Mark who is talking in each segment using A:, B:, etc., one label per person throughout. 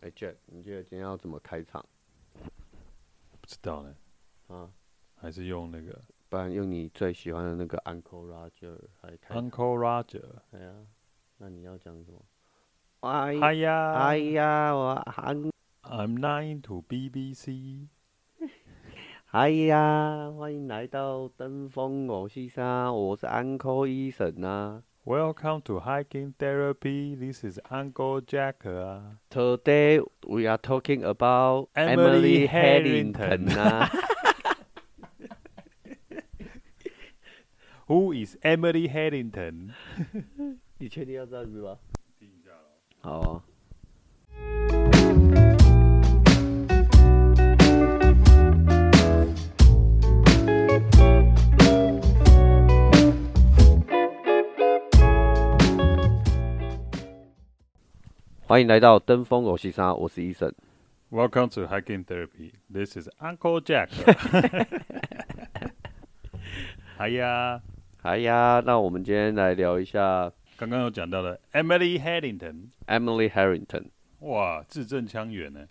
A: 哎、j a c k 你觉得今天要怎么开场
B: 不知道呢，
A: 啊？
B: 还是用那个
A: 不然用你最喜欢的那个 Uncle Roger 来开。
B: Uncle Roger。
A: 哎呀，那你要讲什么？哎
B: 嗨
A: 哎
B: 呀
A: 呀，我 un
B: ，I'm nine to BBC。
A: 哎呀，欢迎来到登峰偶戏沙，我是 Uncle 医生啊。
B: Welcome to hiking therapy. This is Uncle Jack 啊。
A: Today we are talking about
B: Emily
A: Harrington 啊。
B: Who is Emily Harrington？
A: 你确定要这样子吗？听一下好啊。欢迎来到登峰偶戏沙，我是医生。
B: Welcome to hiking therapy. This is Uncle Jack。哎呀，
A: 哎呀，那我们今天来聊一下
B: 刚刚有讲到的 Emily Harrington，
A: Emily Harrington。
B: 哇，字正腔圆呢。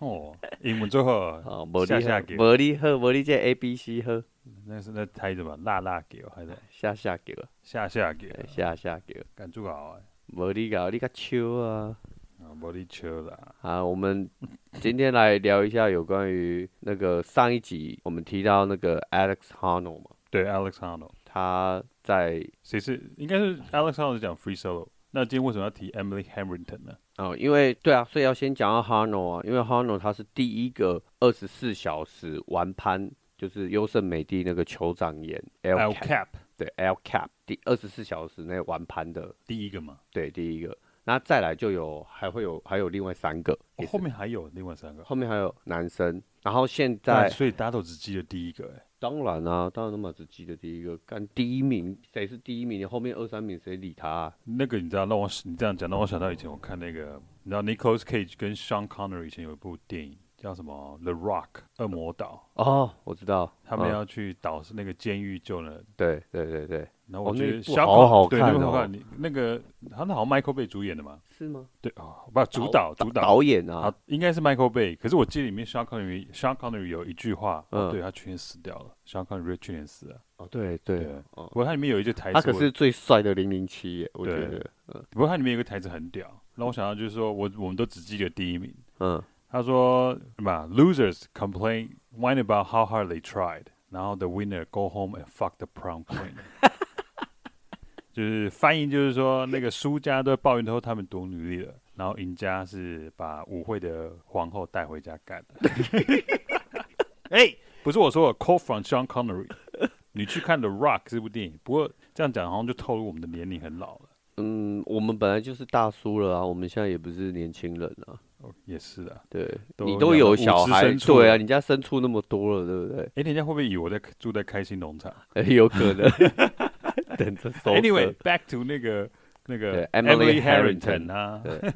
B: 哦，英文最后
A: 好，魔力
B: 下下
A: 喝，
B: 给
A: 魔力喝，魔力这 A B C 喝，
B: 那是那猜什么？辣辣给哦，还是
A: 下下给了，
B: 下下给哦？
A: 对下下给了，
B: 感觉好哎。
A: 魔力搞你个秋啊！
B: 啊，无你笑啦，
A: 好，我们
B: 嗯
A: 今天来聊一下有关于那个上一集我们提到那个 Alex Honnold 嘛，
B: 对 Alex Honnold，
A: 他在
B: 谁是应该是 Alex Honnold 讲 free solo，那今天为什么要提 Emily Hamilton 呢？
A: 哦，因为对啊，所以要先讲到 Honnold 啊，因为 Honnold 他是第一个二十四小时完攀，就是优胜美地那个酋长岩 L
B: L
A: Cap
B: Cap
A: 对 L Cap 第二十四小时内完攀的，
B: 第一个嘛，
A: 对第一个。那再来就有还会有还有另外三个，
B: 哦
A: 也
B: 后
A: 是
B: 面还有另外三个，
A: 后面还有男生，然后现
B: 哇
A: 在
B: 所以大家都只记得第一个、欸，
A: 当然啊，当然那么只记得第一个，干第一名谁是第一名？你后面二三名谁理他、啊？
B: 那个你知道让我你这样讲让我想到以前我看那个，你知道 Nicolas Cage 跟 Sean Connery 以前有一部电影叫什么《The Rock》恶魔岛，
A: 哦，我知道，
B: 他们
A: 嗯、
B: 要去岛是那个监狱救人。
A: 对对对对，
B: 然后我
A: 哦
B: 觉
A: 那
B: 得
A: 部
B: 小
A: 好好
B: 对，
A: 看
B: 那部
A: 哦
B: 好看。你那个，他那好像 Michael Bay 主演的嘛？
A: 是吗？
B: 对哦，不，主导主导
A: 导演
B: 好
A: 啊，，
B: 应该是 Michael Bay，可是我记得里面 Sean Connery Sean Connery 有一句话，
A: 嗯
B: 哦，对他去年死掉了，Sean Connery 去年死了。
A: 哦对对
B: 对
A: 哦
B: 不，过他里面有一句台词
A: 他可
B: 我，
A: 是最帅的零零七耶，我觉
B: 对
A: 得，
B: 不过他里面有一个台词很屌，让我想到就是说我我们都只记得第一名。
A: 嗯，
B: 他说嘛，losers complain whine about how hard they tried，然后 the winner go home and fuck the prom queen。就是翻译就是说，那个输家都在抱怨说他们多努力了，然后赢家是把舞会的皇后带回家干 的。哎、不是我说我 call from Sean Connery，你去看 The Rock 这部电影。不过这样讲好像就透露我们的年龄很老了。
A: 嗯，我们本来就是大叔了啊，我们现在也不是年轻人啊，
B: 哦，也是啊。
A: 对
B: 都
A: 你都有小
B: 养到五
A: 孩，
B: 只牲畜
A: 对啊，
B: 了
A: 你家牲畜那么多了，对不对？
B: 哎、人家会不会以为我在住在开心农场？
A: 哎， 有可 能，等着收割。
B: Anyway, back to 那个那个
A: 对，Emily Harrington
B: Harrington 啊，
A: 对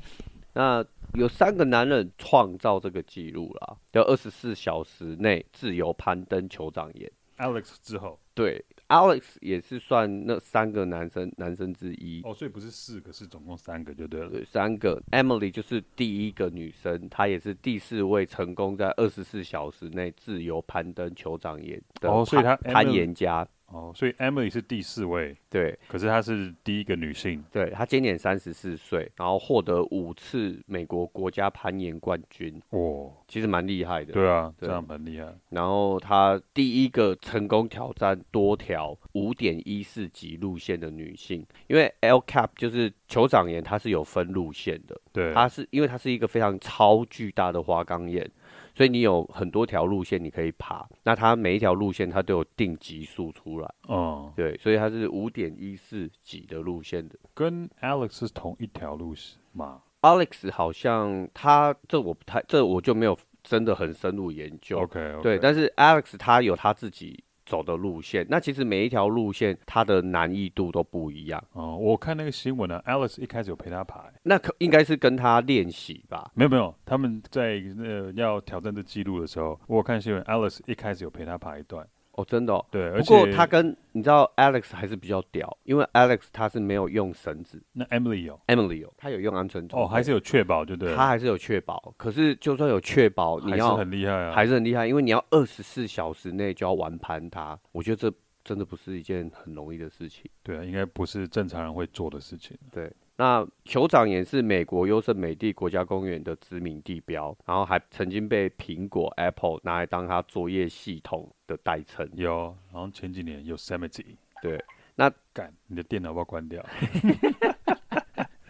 A: 那有三个男人创造这个记录啦，要二十四小时内自由攀登酋长岩。
B: ，Alex 之后，
A: 对，Alex 也是算那三个男生男生之一。
B: 哦，所以不是四个，是总共三个就对了。
A: 对，三个 Emily 就是第一个女生，她也是第四位成功在二十四小时内自由攀登酋长岩的攀、
B: 哦所以她
A: 攀
B: Emily-
A: 岩家。
B: 哦，所以 Emily 是第四位，
A: 对，
B: 可是她是第一个女性。
A: 对她今年三十四岁，然后获得五次美国国家攀岩冠军，
B: 哦，
A: 其实蛮厉害的。
B: 对啊，
A: 对
B: 这样蛮厉害。
A: 然后她第一个成功挑战多条五点一四级路线的女性，因为 L Cap 就是酋长岩，它是有分路线的，
B: 对，
A: 它是因为它是一个非常超巨大的花岗岩，所以你有很多条路线你可以爬。那它每一条路线它都有定级数出来，
B: 嗯，
A: 对，所以它是五点一四级的路线的。
B: 跟 Alex 是同一条路线嘛
A: Alex 好像他这我不太这我就没有真的很深入研究
B: ？OK，
A: 对，但是 Alex 他有他自己走的路线，那其实每一条路线它的难易度都不一样，
B: 哦，我看那个新闻啊，Alex 一开始有陪她爬，欸
A: 那可应该是跟他练习吧？
B: 没有没有，他们在呃要挑战这记录的时候，我有看新闻，Alex 一开始有陪她爬一段，
A: 哦，真的、哦。
B: 对，而
A: 不
B: 且
A: 过他跟你知道 Alex 还是比较屌，因为 Alex 他是没有用绳子
B: 那 Emily 有
A: ，Emily 有，他有用安全装备，
B: 哦，还是有确保，就对了，
A: 他还是有确保。可是就算有确保，你
B: 还是
A: 要
B: 很厉害啊，
A: 还是很厉害，因为你要二十四小时内就要完盘它。我觉得这真的不是一件很容易的事情。
B: 对啊，应该不是正常人会做的事情。
A: 对，那酋长也是美国优胜美地国家公园的知名地标，然后还曾经被苹果 Apple 拿来当它作业系统的代称。
B: 有，然后前几年有 Yosemite，
A: 对，那
B: 干，你的电脑要不要关 掉？欸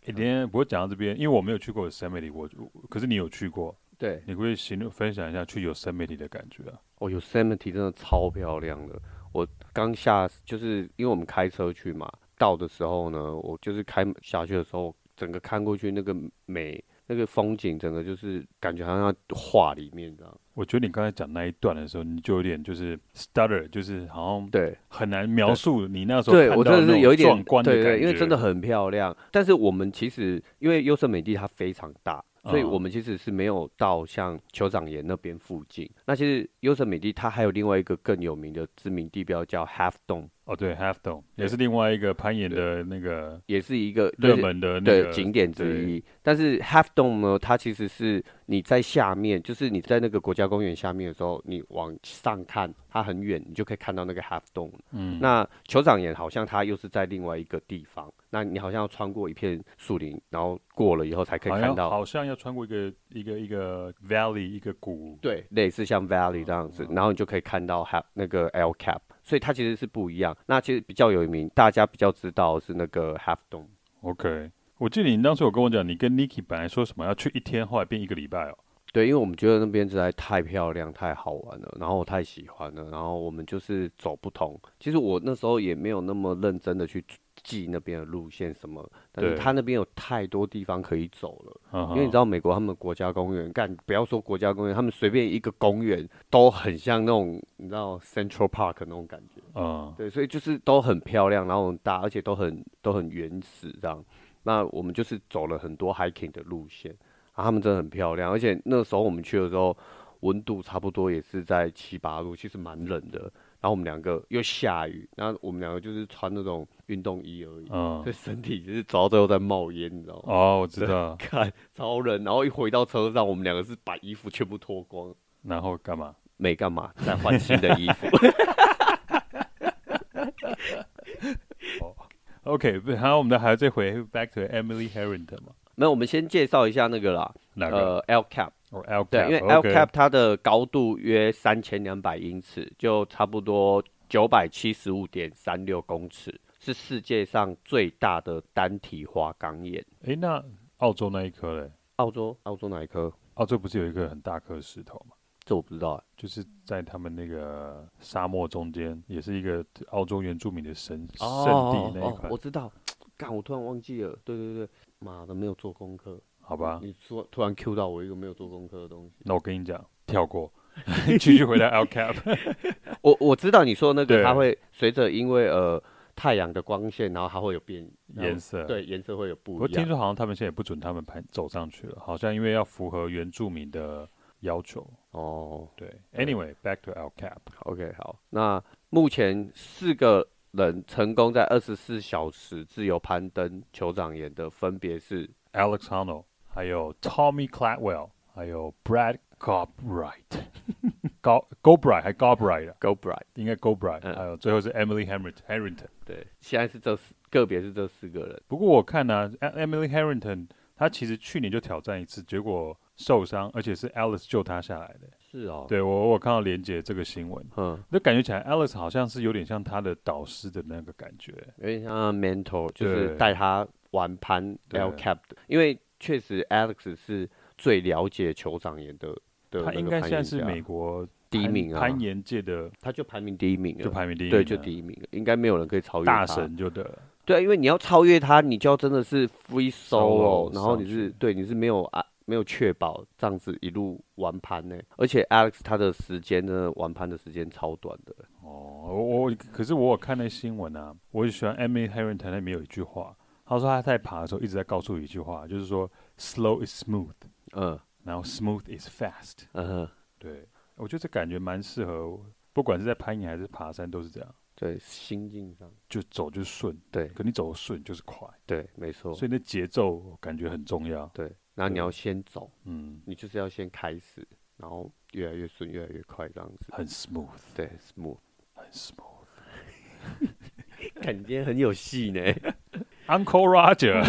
B: 一天不过讲到这边，因为我没有去过 Yosemite，我我可是你有去过，
A: 对，
B: 你可不可以形容分享一下去 Yosemite 的感觉啊？
A: 哦，Yosemite 真的超漂亮的。我刚下就是因为我们开车去嘛，到的时候呢，我就是开下去的时候，整个看过去那个美，那个风景，整个就是感觉好像在画里面这样。
B: 我觉得你刚才讲那一段的时候，你就有点就是 stutter，就是好像
A: 对，
B: 很难描述你那时候
A: 对
B: 看
A: 我
B: 到
A: 真的
B: 那
A: 是
B: 种
A: 有一点
B: 壮观的
A: 对
B: 感觉，
A: 对，因为真的很漂亮。但是我们其实因为优胜美地它非常大，所以
B: 嗯
A: 我们其实是没有到像酋长岩那边附近。那其实优胜美地它还有另外一个更有名的知名地标叫 Half Dome，
B: 哦，对，Half Dome
A: 对
B: 也是另外一个攀岩的那个
A: 也是一个
B: 热
A: 就是
B: 门的那
A: 的
B: 个
A: 景点
B: 对
A: 之一。但是 Half Dome 呢，它其实是你在下面，就是你在那个国家公园下面的时候，你往上看，它很远，你就可以看到那个 Half Dome。
B: 嗯，
A: 那酋长岩好像它又是在另外一个地方，那你好像要穿过一片树林，然后过了以后才可以
B: 好
A: 看
B: 像
A: 到，
B: 哎好像要穿过一个一个一个 valley 一个谷，
A: 对，类似像 Valley 这样子，
B: 嗯
A: 然后你就可以看到 ha 那个 L Cap，所以它其实是不一样。那其实比较有名，大家比较知道的是那个 Half Dome。
B: OK，我记得你当时有跟我讲，你跟 Niki 本来说什么要去一天，后来变一个礼拜哦。
A: 对，因为我们觉得那边实在太漂亮、太好玩了，然后我太喜欢了，然后我们就是走不同。其实我那时候也没有那么认真的去记那边的路线什么，但是
B: 对啊
A: 它那边有太多地方可以走了。
B: 因
A: 因为你知
B: 道，
A: 道美国他们国家公园，干不要说国家公园，他们随便一个公园都很像那种你知道 Central Park 那种感觉，
B: 嗯，
A: 对，所以就是都很漂亮，然后很大，而且都很都很原始这样。那我们就是走了很多 hiking 的路线，啊，他们真的很漂亮，而且那时候我们去的时候，温度差不多也是在七八度，其实蛮冷的。然后我们两个又下雨，那我们两个就是穿那种运动衣而已，
B: 嗯
A: 所以，身体就是走到最后在冒烟，你知道吗？
B: 哦，我知道。
A: 看超人，然后一回到车上，我们两个是把衣服全部脱光，
B: 然后干嘛？
A: 没干嘛，再换新的衣服。
B: OK，不然后我们的还再回 back to Emily Harrington 嘛，
A: 那我们先介绍一下那个啦，
B: 哪个？
A: 呃，L cap，
B: 哦 L
A: 对
B: cap，
A: 因为
B: OK
A: L cap 它的高度约三千两百英尺，就差不多九百七十五点三六公尺，是世界上最大的单体花岗岩。
B: 诶，那澳洲那一颗嘞？
A: 澳洲，澳洲哪一颗？
B: 澳洲不是有一个很大颗的石头吗？
A: 这我不知道、欸。
B: 就是在他们那个沙漠中间，也是一个澳洲原住民的神圣
A: 哦
B: 地那一块
A: 哦，我知道。干，我突然忘记了。对对对，妈的，没有做功课。
B: 好吧？
A: 你说突然 Q 到我一个没有做功课的东 西。
B: 那我跟你讲，跳过， 继续回到 L cap。
A: 我我知道你说那
B: 对
A: 个，它会随着因为呃太阳的光线，然后它会有变然后
B: 颜色
A: 对颜色会有不
B: 我
A: 一
B: 听
A: 样。
B: 说好像他们现在也不准他们盘走上去了，好像因为要符合原住民的要求。
A: 哦
B: 对
A: 对
B: ，Anyway，back to L Cap。
A: ，OK，好，那目前四个人成功在二十四小时自由攀登酋长岩的，分别是
B: Alex Honnold，还有 Tommy Cladwell，还有 Brad Gobright，高 Gobright 还 Gobright 啊，
A: Go Bright。
B: 应该 Gobright，、
A: 嗯
B: 还有最后是 Emily Harrington。Harrington。
A: 对，现在是这四个别是这四个人。
B: 不过我看呢、e m i l y Harrington 她其实去年就挑战一次，结果受伤，而且是 Alice 救她下来的。
A: 是哦，，
B: 对我，我看到连接这个新闻，
A: 嗯，
B: 就感觉起来 Alice 好像是有点像她的导师的那个感觉。
A: 有点像他的 mentor，就
B: 对
A: 是带他玩盘
B: 对
A: L cap 的，因为确实 Alex 是最了解酋长岩的的
B: 他
A: 那
B: 应
A: 个
B: 该
A: 攀
B: 现在
A: 岩
B: 是
A: 家
B: 美国
A: 啊第一
B: 攀
A: 名啊，
B: 攀岩界的
A: 他就排名第一名了，
B: 就排名第一，
A: 对，就第一名啊了，应该没有人可以超越
B: 大
A: 他。
B: 神就对了。
A: 对啊，因为你要超越他，你就要真的是 free
B: Solo
A: solo，然后你
B: 上
A: 是
B: 去
A: 对你是没有啊没有确保这样子一路玩盘呢，而且 Alex 他的时间呢，玩盘的时间超短的，
B: 哦，我我可是我有看那新闻啊，我很喜欢 Emily Harrington 那里面有一句话，他说他在爬的时候一直在告诉我一句话，就是说 slow is smooth，
A: 嗯
B: 然后 smooth is fast。
A: 嗯哼，
B: 对，我觉得这感觉蛮适合。不管是在攀岩还是爬山都是这样，
A: 对，心境上，
B: 就走就顺，
A: 对
B: 可你走顺就是快，
A: 对，没错，
B: 所以那节奏感觉很重要。
A: 对。然后你要先走，
B: 嗯，
A: 你就是要先开始，然后越来越顺，越来越快这样子。
B: 很 smooth，
A: 对，smooth。
B: 很 smooth。
A: 看你今天很有戏呢。
B: Uncle Roger，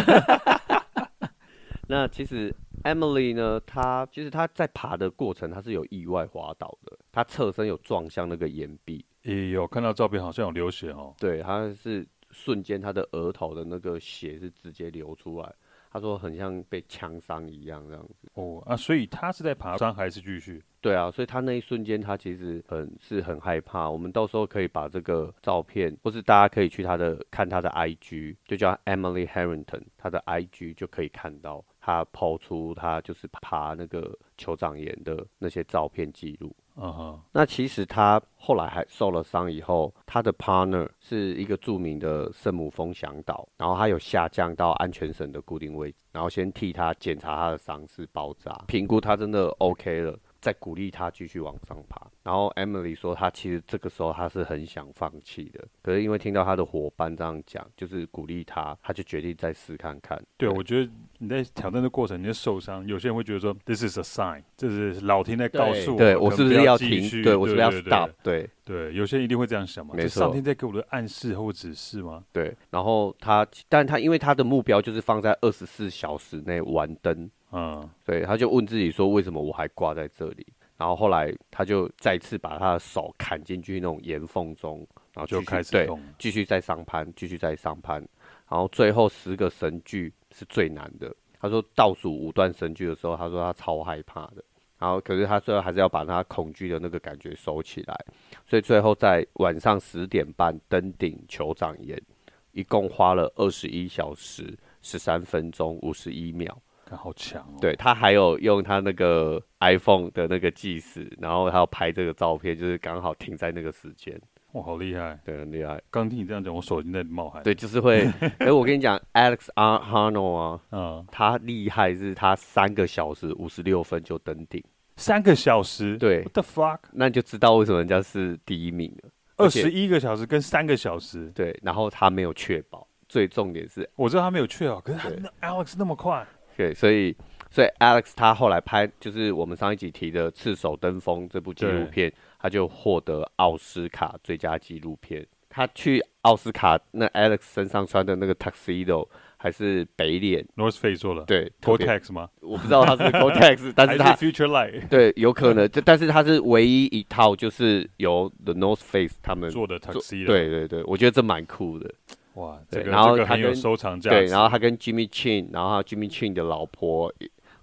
A: 那其实 Emily 呢，她其实她在爬的过程，她是有意外滑倒的，她侧身有撞向那个岩壁，
B: 也有看到照片，好像有流血哦。
A: 对，她是瞬间她的额头的那个血是直接流出来，她说很像被枪伤一样这样子。
B: 哦啊，所以他是在爬山还是继续？
A: 对啊，所以她那一瞬间，她其实很是很害怕。我们到时候可以把这个照片，或是大家可以去她的看她的 IG，就叫 Emily Harrington，她的 IG 就可以看到她抛出她就是爬那个酋长岩的那些照片记录。
B: 嗯哼，
A: 那其实他后来还受了伤以后，他的 partner 是一个著名的圣母峰向导，然后他有下降到安全绳的固定位置，然后先替他检查他的伤势包扎，评估他真的 OK 了，再鼓励他继续往上爬。然后 Emily 说，他其实这个时候他是很想放弃的，可是因为听到他的伙伴这样讲，就是鼓励他，他就决定再试看看。
B: 对，我觉得你在挑战的过程，你就受伤，有些人会觉得说 this is a sign，这是老天在告诉我，
A: 对
B: 我
A: 我
B: 可
A: 是
B: 能
A: 不
B: 不
A: 是要
B: 继
A: 停
B: 续？
A: 对我是不是要
B: 对对
A: stop？对。
B: 对，有些人一定会这样想嘛，
A: 没
B: 这
A: 错
B: 上天在给我的暗示或指示吗？
A: 对，然后他，但他因为他的目标就是放在二十四小时内完登，
B: 嗯，
A: 所以他就问自己说，为什么我还挂在这里？然后后来他就再次把他的手砍进去那种岩缝中，然后继
B: 就
A: 续
B: 开始
A: 对，
B: 动了。
A: 继续再上攀，继续再上攀，然后最后十个神剧是最难的。他说倒数五段神剧的时候，他说他超害怕的，然后可是他最后还是要把他恐惧的那个感觉收起来，所以最后在晚上十点半登顶酋长岩，一共花了二十一小时十三分钟五十一秒。
B: 看好强哦！
A: 对他还有用他那个 iPhone 的那个计时，然后还有拍这个照片，就是刚好停在那个时间，
B: 哇，好厉害！
A: 对，很厉害。
B: 刚听你这样讲，我手已经在冒汗。，
A: 对，就是会。 哎、我跟你讲，Alex Ar- Arnold 啊，
B: 嗯，
A: 他厉害是他三个小时五十六分就登顶，
B: 三个小时，
A: 对
B: ，What the fuck，
A: 那你就知道为什么人家是第一名了。
B: 二
A: 而且
B: 十一个小时跟三个小时，
A: 对，然后他没有确保，最重点是
B: 我知道他没有去哦，可是他
A: 对
B: 那 Alex 那么快，
A: 对，所以所以 Alex 他后来拍就是我们上一集提的《赤手登峰》这部纪录片，他就获得奥斯卡最佳纪录片。他去奥斯卡，那 Alex 身上穿的那个 tuxedo 还是北脸，
B: North Face 做了，
A: 对特别
B: ，Cortex 吗？
A: 我不知道他是 Cortex，但
B: 还
A: 是
B: 是
A: 他
B: Future Light
A: 对，有可能，这但是它是唯一一套就是由 The North Face 他们
B: 做的
A: 做
B: Tuxedo？，
A: 对对对，我觉得这蛮酷的。
B: 哇，这
A: 对
B: 个
A: 然后
B: 这个
A: 他
B: 很有
A: 跟
B: 收藏价值。
A: 对，然后他跟 Jimmy Chin，然后还有 Jimmy Chin 的老婆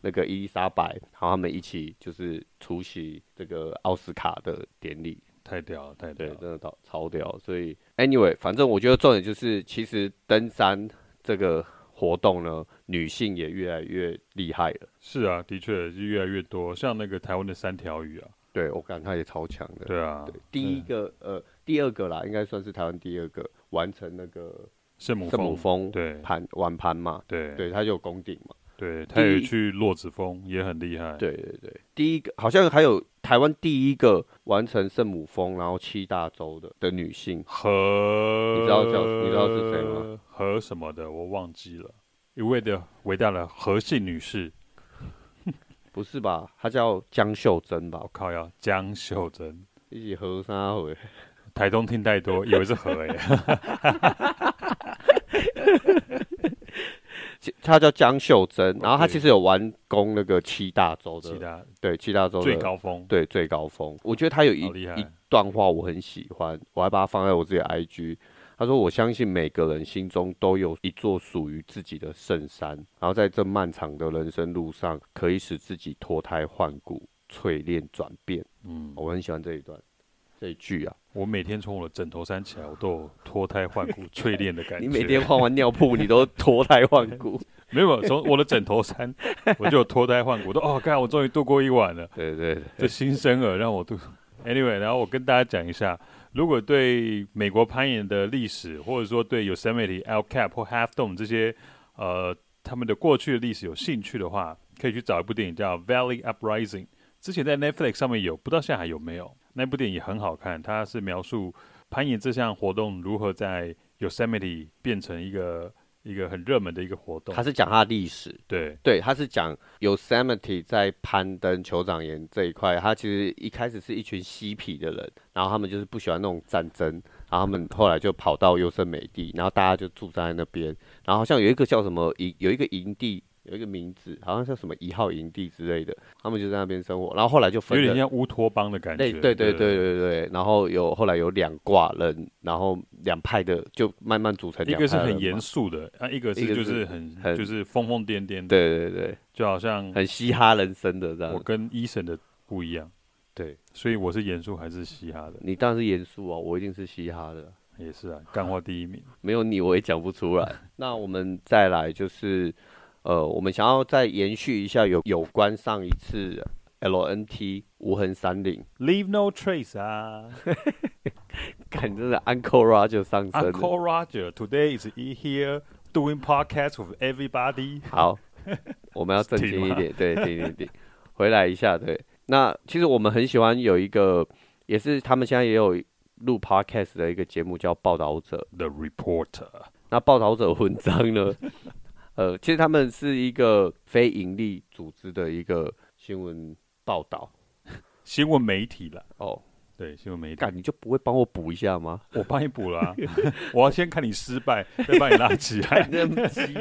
A: 那个伊丽莎白，然后他们一起就是出席这个奥斯卡的典礼。
B: 太屌了，太
A: 对，
B: 屌了。
A: 真的超超屌。所以 anyway，反正我觉得重点就是，其实登山这个活动呢，女性也越来越厉害了。
B: 是啊，的确是越来越多，像那个台湾的三条鱼啊，
A: 对我感觉她也超强的。
B: 对啊
A: 对，，第一个呃，第二个啦，应该算是台湾第二个完成那个
B: 圣母
A: 圣母
B: 峰，
A: 峰
B: 对
A: 盘完盘嘛，
B: 对
A: 对，他就有攻顶嘛，
B: 对，
A: 第
B: 他有
A: 一
B: 去洛子峰，也很厉害。
A: 对对对，第一个好像还有台湾第一个完成圣母峰，然后七大洲的的女性，
B: 何，
A: 你知道叫你知道是谁吗？
B: 何什么的，我忘记了。一位的伟大的何姓女士，
A: 不是吧？她叫江秀珍吧
B: 我？靠呀，江秀珍，
A: 一起合三回，
B: 台东听太多，以为是何哎、
A: 她叫江秀珍，然后她
B: 对
A: 其实有完攻那个七大洲
B: 其
A: 的，
B: 他
A: 对七大洲的
B: 最高峰，
A: 对最高峰，我觉得他有一
B: 好厉害
A: 一段话我很喜欢，我还把它放在我自己的 IG。他说：“我相信每个人心中都有一座属于自己的圣山，然后在这漫长的人生路上，可以使自己脱胎换骨、淬炼转变。
B: 嗯，
A: 我很喜欢这一段，这一句啊。
B: 我每天从我的枕头山起来，我都有脱胎换骨、淬炼的感
A: 你
B: 觉。
A: 每天换完尿布，你都 脱胎换 骨。
B: 没有从我的枕头山，我就有脱胎换骨，都哦，看我终于度过一晚了。
A: 对对对，
B: 这新生儿让我度。Anyway，然后我跟大家讲一下，如果对美国攀岩的历史，或者说对 Yosemite、El Cap 或 Half Dome 这些呃他们的过去的历史有兴趣的话，可以去找一部电影叫《Valley Uprising》，之前在 Netflix 上面有，不知道现在还有没有。那部电影也很好看，它是描述攀岩这项活动如何在 Yosemite 变成一个一个很热门的一个活动
A: 他。是讲他的历史，
B: 对，
A: 对，他是讲 Yosemite 在攀登酋长岩这一块，他其实一开始是一群嬉皮的人，然后他们就是不喜欢那种战争，然后他们后来就跑到优胜美地，然后大家就住在那边，然后好像有一个叫什么营，有一个营地。有一个名字，好像叫什么一号营地之类的，他们就在那边生活，然后后来就分
B: 有
A: 了
B: 点像乌托邦的感
A: 对
B: 觉。
A: 对对对对对，然后有后来有两挂人，然后两派的就慢慢组成
B: 一
A: 两派
B: 个是
A: 人
B: 很
A: 嘛
B: 严，肃的，啊，一个
A: 一
B: 是
A: 个
B: 就是是很
A: 很
B: 就是疯疯癫癫的，
A: 对对对，
B: 就好像
A: 很嘻哈人生的这
B: 我
A: 样。
B: 跟医生的不一样，
A: 对
B: 所以我是严肃还是嘻哈的，
A: 你当然是严肃啊，我一定是嘻哈的，
B: 也是啊，干话第一名。
A: 没有你我也讲不出来。那我们再来就是，呃，我们想要再延续一下有有关上一次 LNT 无痕山岭，
B: Leave no trace 啊
A: 看真的 Uncle Roger 上身了。
B: ，Uncle Roger today 啊 is he here doing podcast with everybody。
A: 好，我们要正
B: 停
A: 经一
B: 吗
A: 点，对，停停停，回来一下，对。那其实我们很喜欢有一个，也是他们现在也有录 podcast 的一个节目叫《报道者》。
B: The reporter，
A: 那《报道者》文章呢， 呃，其实他们是一个非盈利组织的一个新闻报道。
B: 新闻媒体啦，
A: 哦，
B: 对，新闻媒体。
A: 干，你就不会帮我补一下吗？
B: 我帮你补了啊、 我要先看你失败，再把你拉起来。
A: 那么急，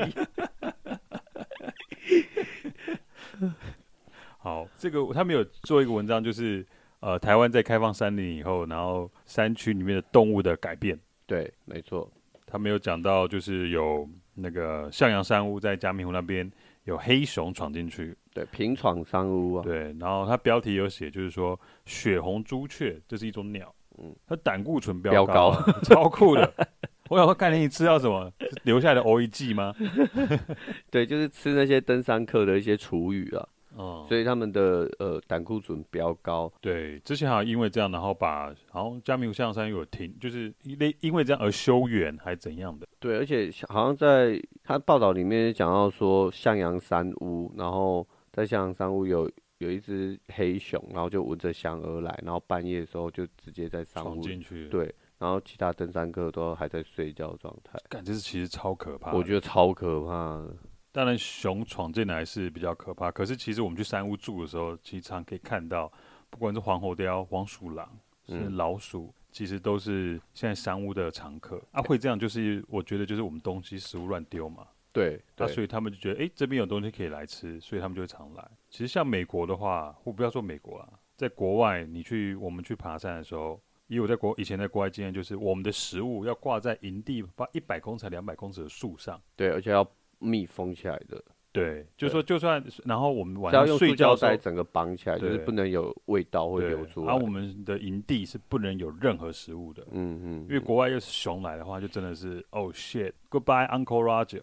B: 好，这个他们有做一个文章，就是呃，台湾在开放山林以后，然后山区里面的动物的改变，
A: 对，没错，
B: 他们有讲到，就是有那个向阳山屋在嘉明湖那边有黑熊闯进去，
A: 对，平闯山屋啊，
B: 对，然后它标题有写，就是说血红朱雀，这是一种鸟，嗯，它胆固醇飙高啊，超酷的。我想说，概念你吃到什么？是留下来的 O E G 吗？
A: 对，就是吃那些登山客的一些厨余啊。
B: 嗯，
A: 所以他们的呃胆固醇比较高，
B: 对，之前好像因为这样，然后把好像嘉明湖向阳山有停，就是因为因为这样而修远，还怎样的？
A: 对，而且好像在他报道里面讲到说向阳山屋，然后在向阳山屋有有一只黑熊，然后就闻着香而来，然后半夜的时候就直接在山
B: 闯
A: 屋，
B: 进去，，
A: 对，然后其他登山客都还在睡觉状态，
B: 感觉是其实超可怕的。
A: 我觉得超可怕的，
B: 当然，熊闯进来是比较可怕。可是，其实我们去山屋住的时候，经常可以看到，不管是黄喉貂、黄鼠狼、是
A: 嗯
B: 老鼠，其实都是现在山屋的常客。啊，会这样，就是我觉得就是我们东西食物乱丢嘛，
A: 对
B: 啊，
A: 对、
B: 所以他们就觉得，诶，这边有东西可以来吃，所以他们就会常来。其实像美国的话，我不要说美国啊，在国外，你去我们去爬山的时候，以我在国以前在国外经验，就是我们的食物要挂在营地把一百公尺、两百公尺的树上。
A: 对，而且要密封起来的，
B: 对，
A: 对
B: 就说就算，然后我们晚
A: 只要
B: 上
A: 用
B: 睡
A: 塑
B: 觉
A: 胶
B: 的时候
A: 袋整个绑起来，就是
B: 对
A: 不能有味道会
B: 对，
A: 流出来，
B: 然后我们的营地是不能有任何食物的，
A: 嗯嗯，
B: 因为国外要是熊来的话，就真的是 Oh shit, goodbye Uncle Roger。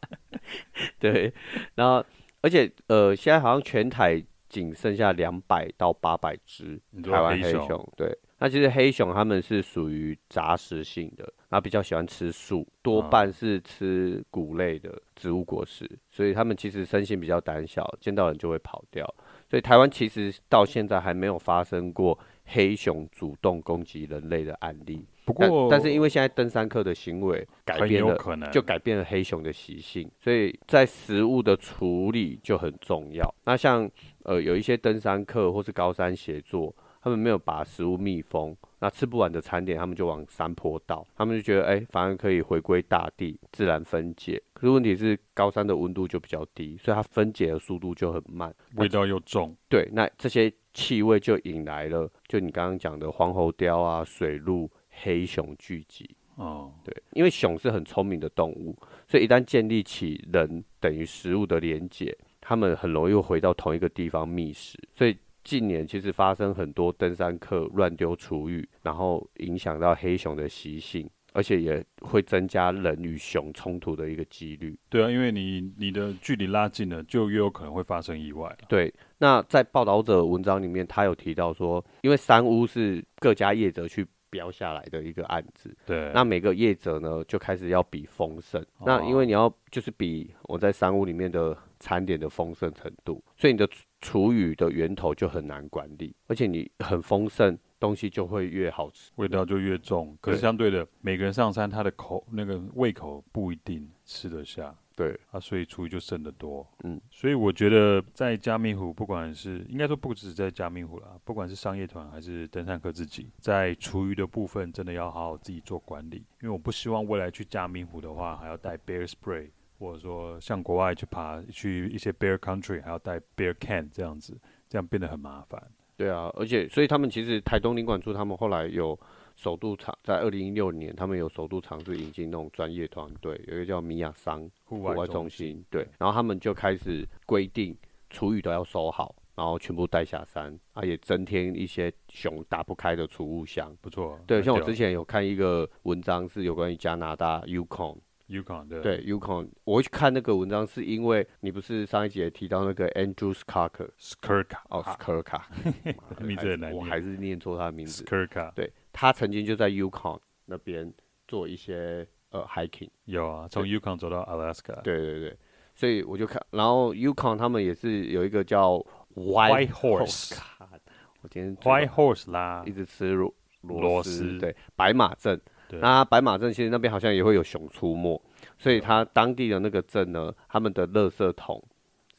A: 对，然后而且呃，现在好像全台仅剩下两百到八百只
B: 你说
A: 台湾
B: 黑
A: 黑
B: 熊
A: 熊。对，那其实黑熊它们是属于杂食性的，然后比较喜欢吃素，多
B: 啊
A: 半是吃谷类的植物果实，所以它们其实生性比较胆小，见到人就会跑掉。所以台湾其实到现在还没有发生过黑熊主动攻击人类的案例，
B: 不
A: 但
B: 过，
A: 但是因为现在登山客的行为改
B: 很
A: 变
B: 有
A: 了，
B: 可能
A: 就改变了黑熊的习性，所以在食物的处理就很重要。那像呃有一些登山客或是高山协作，他们没有把食物密封，那吃不完的餐点他们就往山坡倒，他们就觉得哎、反而可以回归大地自然分解。可是问题是高山的温度就比较低，所以它分解的速度就很慢。
B: 味道又重，
A: 对，那这些气味就引来了，就你刚刚讲的黄喉貂啊、水鹿、黑熊聚集。
B: 哦，
A: 对，因为熊是很聪明的动物，所以一旦建立起人等于食物的连结，它们很容易回到同一个地方觅食。所以近年其实发生很多登山客乱丢厨余，然后影响到黑熊的习性，而且也会增加人与熊冲突的一个几率。
B: 对啊，因为你你的距离拉近了，就越有可能会发生意外。
A: 对，那在报道者文章里面，他有提到说，因为山屋是各家业者去标下来的一个案子，
B: 对，
A: 那每个业者呢，就开始要比丰盛。那因为你要就是比我在山屋里面的餐点的丰盛程度，所以你的厨厨余的源头就很难管理，而且你很丰盛，东西就会越好吃。
B: 味道就越重。可是
A: 对
B: 相对的，每个人上山，他的口那个胃口不一定吃得下
A: 对，
B: 啊，所以厨余就剩得多。
A: 嗯，
B: 所以我觉得在加密湖，不管是应该说不止在加密湖啦，不管是商业团还是登山客自己，在厨余的部分真的要好好自己做管理，因为我不希望未来去加密湖的话还要带 bear spray。或者说像国外去爬去一些 bear country，还要带 bear can 这样子，这样变得很麻烦。
A: 对啊，而且所以他们其实台东领馆处他们后来有首度尝，在二零一六年他们有首度尝试引进那种专业团队，有一个叫米亚桑
B: 户
A: 户外中心，对，然后他们就开始规定厨余都要收好，然后全部带下山，啊，也增添一些熊打不开的储物箱。
B: 不错，
A: 对，
B: 很
A: 像我
B: 屌
A: 之前有看一个文章是有关于加拿大 Yukon，
B: Yukon 的
A: 对 Yukon，我会去看那个文章是因为你不是上一集也提到那个 Andrew Skarker
B: Skirka
A: 哦 Skarker，妈 的
B: 啊名字很难
A: 还是我
B: 念
A: 还是念错他的名字。
B: Skirka
A: 对他曾经就在 Yukon 那边做一些呃 hiking，
B: 有啊，从 Yukon 走到 Alaska，
A: 对对对，所以我就看，然后 Yukon 他们也是有一个叫
B: White
A: White
B: Horse
A: God，我今天
B: ，White Horse 啦
A: 一，直吃螺
B: 螺
A: 螺
B: 丝
A: 丝，对，白马镇。
B: 对
A: 那白马镇其实那边好像也会有熊出没，所以他当地的那个镇呢，他们的垃圾桶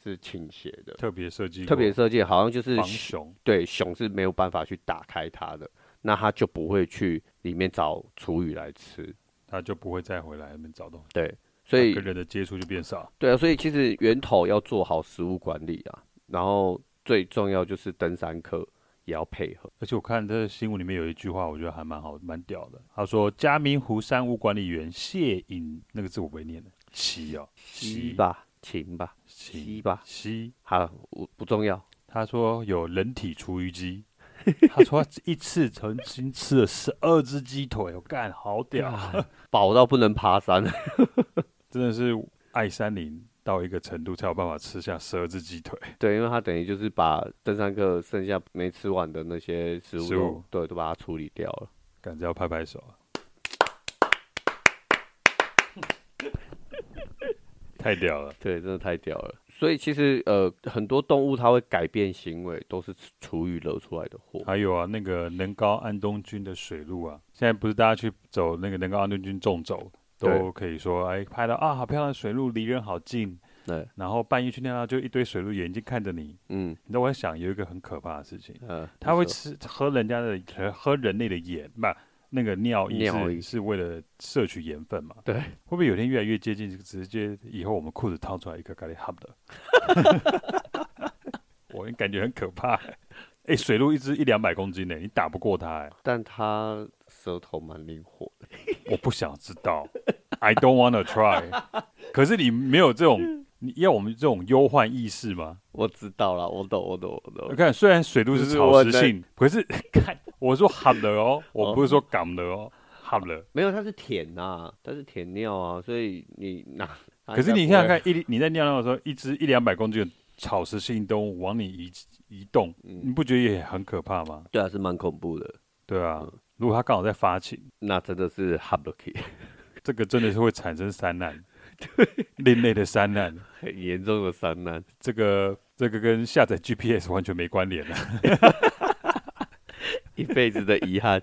A: 是倾斜的，
B: 特别设计过
A: 特别设计好像就是
B: 防熊，
A: 对熊是没有办法去打开它的，那它就不会去里面找厨余来吃。
B: 它就不会再回来那边找东西，
A: 对，所以
B: 它哦跟人的接触就变少。
A: 对啊，所以其实源头要做好食物管理啊，然后最重要就是登山客也要配合。
B: 而且我看这个新闻里面有一句话，我觉得还蛮好，蛮屌的。他说：“嘉明湖山屋管理员谢颖，那个字我不会念的，奇哦，
A: 吸吧，勤吧，
B: 奇
A: 吸吧，
B: 奇。
A: 好，我不重要。
B: 他说有人体厨余机，他说他一次曾经吃了十二只鸡腿，我干，好屌。”
A: 饱到不能爬山，
B: 真的是爱山林到一个程度才有办法吃下十二只鸡腿，
A: 对，因为他等于就是把登山客剩下没吃完的那些食物
B: 食
A: 都，
B: 物
A: 对，都把它处理掉了。
B: 感觉要拍拍手啊。 太屌了！
A: 对，真的太屌了。所以其实呃，很多动物它会改变行为，都是厨余惹出来的祸。
B: 还有啊，那个能高安东军的水路啊，现在不是大家去走那个能高安东军纵走，都
A: 对
B: 可以说哎，拍到啊，好漂亮的水路，离人好近。
A: 对，
B: 然后半夜去尿尿，就一堆水路眼睛看着你。
A: 嗯
B: 你知道我在想有一个很可怕的事情，
A: 呃，
B: 他会
A: 你说
B: 吃喝人家的喝人类的盐，不那个尿液
A: 尿
B: 是
A: 液
B: 是为了摄取盐分嘛？
A: 对，
B: 会不会有一天越来越接近，直接以后我们裤子掏出来一个咖喱 hub 的？我感觉很可怕、欸。哎、水鹿一只一两百公斤呢、你打不过它、欸。
A: 但它舌头蛮灵活的。
B: 我不想知道，I don't wanna try。可是你没有这种，你要我们这种忧患意识吗？
A: 我知道了，我懂，我懂，我
B: 我
A: 懂。
B: 看，虽然水路是
A: 哦就是
B: 草
A: 我
B: 食
A: 在
B: 性，可是 看我说喊了哦，我不是说港了哦，喊了。
A: 没有，它是舔呐、它是舔尿啊，所以你拿。它
B: 可是
A: 啊应该
B: 你
A: 不
B: 想想
A: 会，
B: 看，一你在尿尿的时候，一只一两百公斤的草食性动物往你移移动，你
A: 嗯，
B: 不觉得也很可怕吗？
A: 对啊，是蛮恐怖的。
B: 对啊
A: 嗯，
B: 如果它刚好在发情，
A: 那真的是 h u b l o c k
B: 这个真的是会产生灾难，另类的灾难。
A: 很严重的伤难。
B: 这个这个跟下载 GPS 完全没关联了。
A: 一辈子的遗 憾。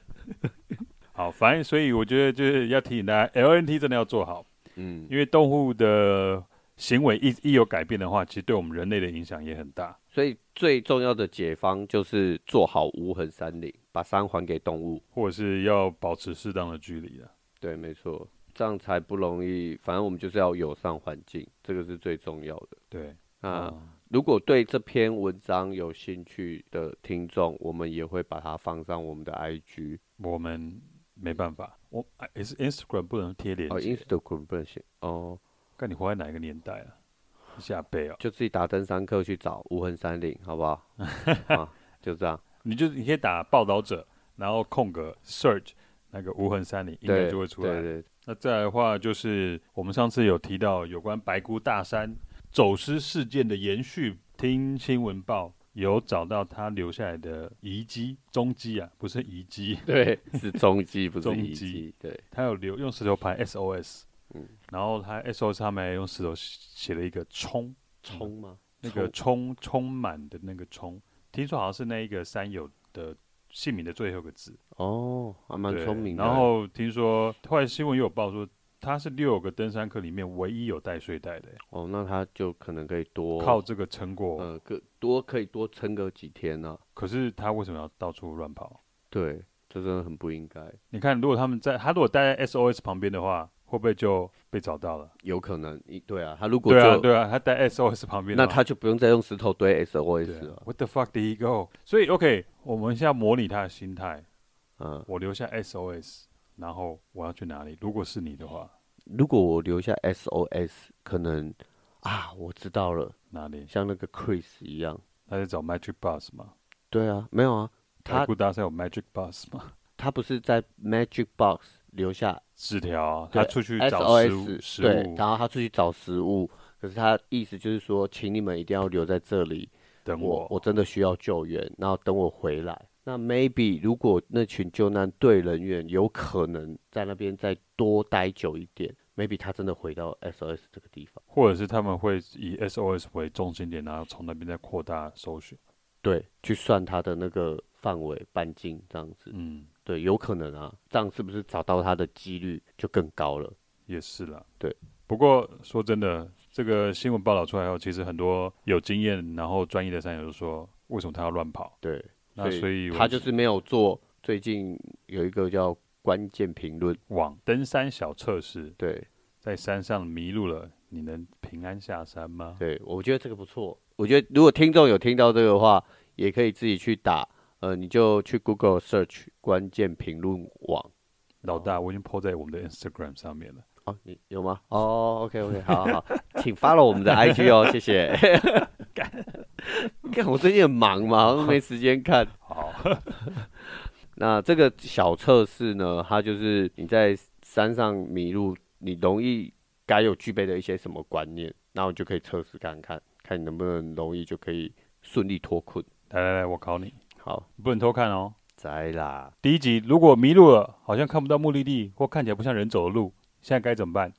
B: 好，反正所以我觉得就是要提醒大家，LNT 真的要做好。
A: 嗯，
B: 因为动物的行为一一有改变的话，其实对我们人类的影响也很大。
A: 所以最重要的解方就是做好无痕山林，把山还给动物。
B: 或者是要保持适当的距离啊。
A: 对，没错，这样才不容易。反正我们就是要友善环境，这个是最重要的。
B: 对嗯
A: 那、
B: 哦
A: 如果对这篇文章有兴趣的听众，我们也会把它放上我们的 IG
B: 我们没办法，我哎也是 Instagram 不能贴脸
A: 哦
B: 接。
A: ，Instagram 不行哦，
B: 看你活在哪一个年代啊？下辈哦，
A: 就自己打登山客去找无痕山林，好不好？ 啊，就这样。
B: 你就你可以打报道者，然后空格 search 那个无痕山林，应该
A: 对，
B: 就会出来。
A: 对对
B: 那再来的话，就是我们上次有提到有关白姑大山走失事件的延续，听新闻报有找到他留下来的遗迹、踪迹啊，不是遗迹，
A: 对， 是踪迹，不是
B: 踪
A: 遗
B: 迹
A: 迹。对，
B: 他有留用石头盘 SOS，
A: 嗯
B: 然后他 SOS 上面还用石头写了一个冲，
A: 冲吗？
B: 那个
A: 嗯冲
B: 充充满的那个充，听说好像是那一个山友的姓名的最后一个字，
A: 哦，还蛮
B: 对
A: 聪明的。
B: 然后听说后来新闻也有报说，他是六个登山客里面唯一有带睡袋的、
A: 哦，那他就可能可以多
B: 靠这个成果。
A: 呃，可多可以多撑个几天呢、啊。
B: 可是他为什么要到处乱跑？
A: 对，这真的很不应该，
B: 你看，如果他们在他如果待在 SOS 旁边的话，会不会就被找到了？
A: 有可能，一对啊，他如果
B: 对啊，
A: 就
B: 对啊，他待 SOS 旁边的
A: 那
B: 话，
A: 他就不用再用石头堆
B: 对
A: SOS
B: 啊
A: 了。
B: What the fuck did he go？所以 OK，我们现在模拟他的心态，
A: 嗯，
B: 我留下 SOS，然后我要去哪里？如果是你的话，
A: 如果我留下 SOS，可能啊，我知道了，
B: 哪里？
A: 像那个 Chris 一样。
B: 他在找 Magic Bus 吗？
A: 对啊，没有啊，
B: 他
A: 他
B: 顾大赛有 Magic Bus 吗？
A: 他不是在 Magic Box 留下
B: 纸条啊，
A: 对
B: 他出去找食物，
A: SOS，
B: 食
A: 对
B: 物，
A: 然后他出去找食物，可是他意思就是说，请你们一定要留在这里，
B: 等
A: 我我真的需要救援，然后等我回来。那 maybe 如果那群救难队人员有可能在那边再多待久一点，maybe 他真的回到 SOS 这个地方。
B: 或者是他们会以 SOS 为中心点，然后从那边再扩大搜寻。
A: 对，去算他的那个范围半径这样子，
B: 嗯，
A: 对，有可能啊，这样是不是找到他的几率就更高了？
B: 也是啦。
A: 对，
B: 不过说真的，这个新闻报道出来后，其实很多有经验然后专业的山友就说，为什么他要乱跑？
A: 对，
B: 那所以我
A: 他就是没有做。最近有一个叫关键评论，
B: 往登山小测试，
A: 对
B: 在山上迷路了，你能平安下山吗？
A: 对，我觉得这个不错。我觉得如果听众有听到这个的话，也可以自己去打，呃，你就去 Google search 关键评论网
B: 老大，我已经 po 在我们的 Instagram 上面了。
A: 哦，你有吗？哦，OK OK，好好好，请 follow 我们 的 IG 哦，谢谢。 看我最近很忙嘛，好像没时间看。
B: 好，
A: 那这个小测试呢，它就是你在山上迷路，你容易该有具备的一些什么观念，那我就可以测试看看，看你能不能容易就可以顺利脱困。
B: 来来来，我考你，
A: 好，
B: 不能偷看哦。
A: 在啦，
B: 第一集如果迷路了，好像看不到目的地，或看起来不像人走的路，现在该怎么办？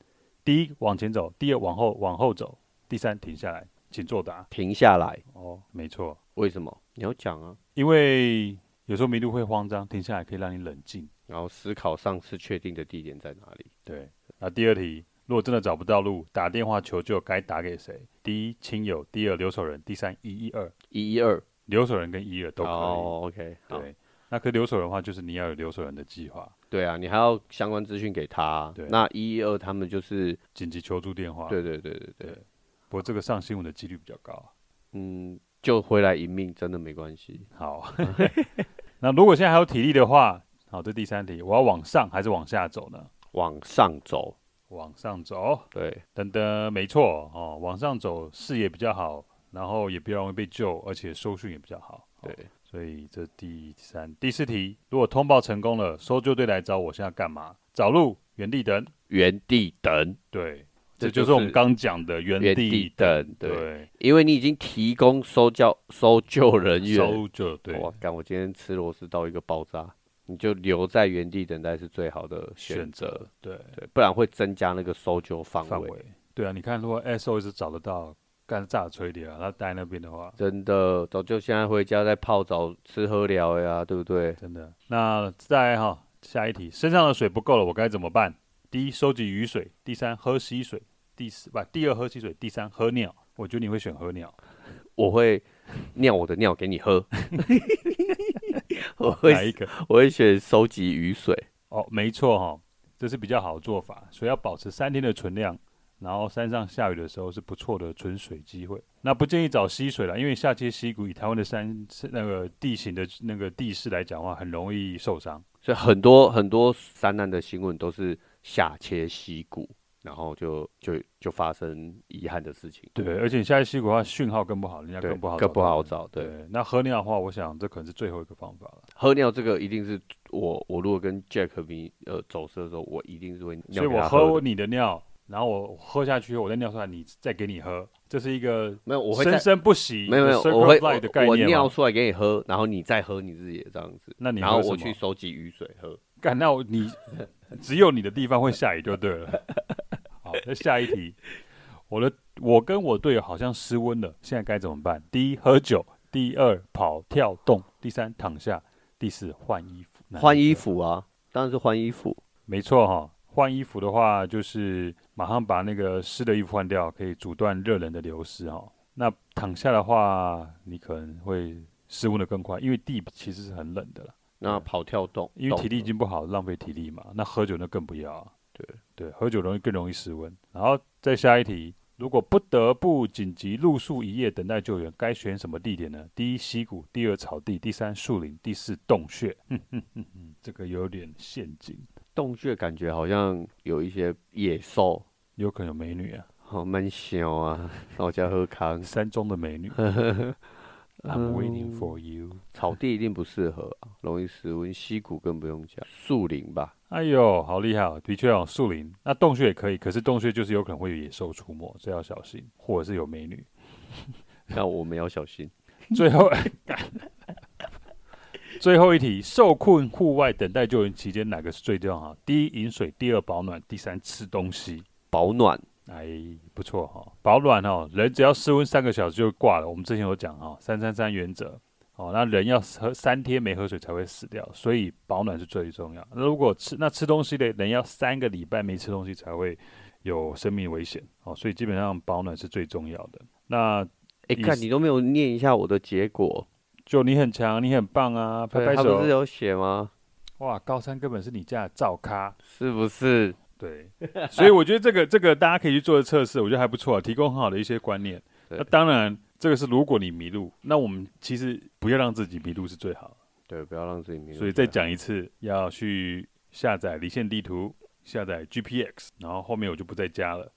B: 第一，往前走；第二，往后往后走；第三，停下来，请作答。
A: 停下来，
B: 哦，没错，
A: 为什么？你要讲啊，
B: 因为有时候迷路会慌张，停下来可以让你冷静。
A: 然后思考上次确定的地点在哪里。
B: 对，那第二题，如果真的找不到路，打电话求救该打给谁？第一，亲友；第二，留守人；第三，一一二。
A: 一一二，
B: 留守人跟一一二都可以。
A: 哦，OK，好，
B: 对，那可是留守人的话，就是你要有留守人的计划，
A: 对啊，你还要相关资讯给他啊
B: 对。
A: 那一一二他们就是，
B: 紧急求助电话。
A: 对，对对对对
B: 对，不过这个上新闻的几率比较高啊。
A: 嗯，就回来一命，真的没关系。
B: 好， 那如果现在还有体力的话，好，这第三题，我要往上还是往下走呢？
A: 往上走，
B: 往上走，
A: 对，
B: 噔噔，没错哦，往上走视野比较好，然后也比较容易被救，而且搜讯也比较好。哦
A: 对，
B: 所以这第三、第四题，如果通报成功了，搜救队来找我，现在干嘛？找路，原地等。
A: 原地等，
B: 对，
A: 这
B: 这就
A: 就是
B: 是我们刚讲的原
A: 原
B: 地
A: 地。等，对，
B: 对，
A: 因为你已经提供搜救搜救人员。
B: 搜救对
A: 哇，干！我今天吃螺丝到一个爆炸，你就留在原地等待是最好的
B: 选
A: 选择
B: 择，对
A: 对，不然会增加那个搜救范
B: 范
A: 围。
B: 围。对啊，你看，如果 SOS 找得到，干炸吹的啊，他待那边的话，
A: 真的，早就现在回家在泡澡、吃喝聊呀，对不对？
B: 真的。那再来哈，下一题，身上的水不够了，我该怎么办？第一，收集雨水；第三，喝溪水；第四，不，第二喝溪水；第三，喝尿。我觉得你会选喝尿，
A: 我会尿我的尿给你 喝，我
B: 哪
A: 会
B: 一个？
A: 我会选收集雨水。
B: 哦，没错哈、这是比较好的做法。所以要保持三天的存量，然后山上下雨的时候是不错的存水机会。那不建议找溪水了，因为下切溪谷以台湾的山是那个地形的那个地势来讲的话，很容易受伤。
A: 所以很多很多山难的新闻都是下切溪谷，然后就就就发生遗憾的事情。
B: 对，而且你下切溪谷的话，讯号更不好，人家
A: 对，
B: 更不好，
A: 更不好。找。对，
B: 对，那喝尿的话，我想这可能是最后一个方法了。
A: 喝尿这个一定是我我如果跟 Jack 迷呃走失的时候，我一定是会尿
B: 所以
A: 给
B: 我
A: 他的
B: 喝你的尿，然后我喝下去，我再尿出来，你再给你喝，这是一个
A: 没有，我会
B: 生
A: 在
B: 生不息
A: 没有没
B: 的
A: 有，
B: circle
A: 我会
B: of life 的概
A: 我我
B: 念
A: 尿
B: 嘛。
A: 出来给你喝，然后你再喝你自己的这样子，
B: 那你
A: 然后
B: 喝
A: 我
B: 什
A: 去
B: 么
A: 收集雨水喝。
B: 干，那我 你只有你的地方会下雨就对了。好，那下一题，我的我跟我队友好像失温了，现在该怎么办？第一，喝酒；第二，跑跳动；第三，躺下；第四，换衣服。哪一个
A: 换衣，服啊，当然是换衣服。
B: 没错哈、换衣服的话，就是马上把那个湿的衣服换掉，可以阻断热能的流失哈、那躺下的话，你可能会失温的更快，因为地其实是很冷的啦。
A: 那跑跳动，
B: 因为体力已
A: 动
B: 经不好，浪费体力嘛。那喝酒那更不要、啊。
A: 对
B: 对，喝酒容易更容易失温。然后再下一题，如果不得不紧急露宿一夜等待救援，该选什么地点呢？第一溪谷，第二草地，第三树林，第四洞穴。 哼哼哼哼，这个有点陷阱，
A: 洞穴感觉好像有一些野兽，
B: 有可能有美女啊，
A: 好蛮小啊， 那我家喝康，
B: 山中的美女。I'm waiting for you。
A: 草地一定不适合啊，容易失温，溪谷更不用讲，树林 吧，
B: 哎呦，好厉害哦！的确哦，树林那洞穴也可以，可是洞穴就是有可能会有野兽出没，这要小心，或者是有美女。
A: 那我们要小心。
B: 最后，最后一题，受困户外等待救援期间，哪个是最重要？第一，饮水；第二，保暖；第三，吃东西。
A: 保暖，
B: 哎，不错哈、保暖哦，人只要室温三个小时就挂了。我们之前有讲哈、三三三原则。哦，那人要喝三天没喝水才会死掉，所以保暖是最重要。那如果吃那吃东西的人要三个礼拜没吃东西才会有生命危险哦，所以基本上保暖是最重要的。那
A: 哎、
B: 意
A: 看
B: 思
A: 你都没有念一下我的结果，
B: 就你很强，你很棒啊，拍
A: 对
B: 拍
A: 他
B: 手。
A: 不是有写吗？
B: 哇，高三根本是你家的灶咖。
A: 是不是？
B: 对，所以我觉得这个这个大家可以去做的测试，我觉得还不错、啊，提供很好的一些观念。
A: 对
B: 那当然，这个是如果你迷路，那我们其实不要让自己迷路是最好。
A: 对，不要让自己迷路。
B: 所以再讲一次，要去下载离线地图，下载 GPX，然后后面我就不再 加了。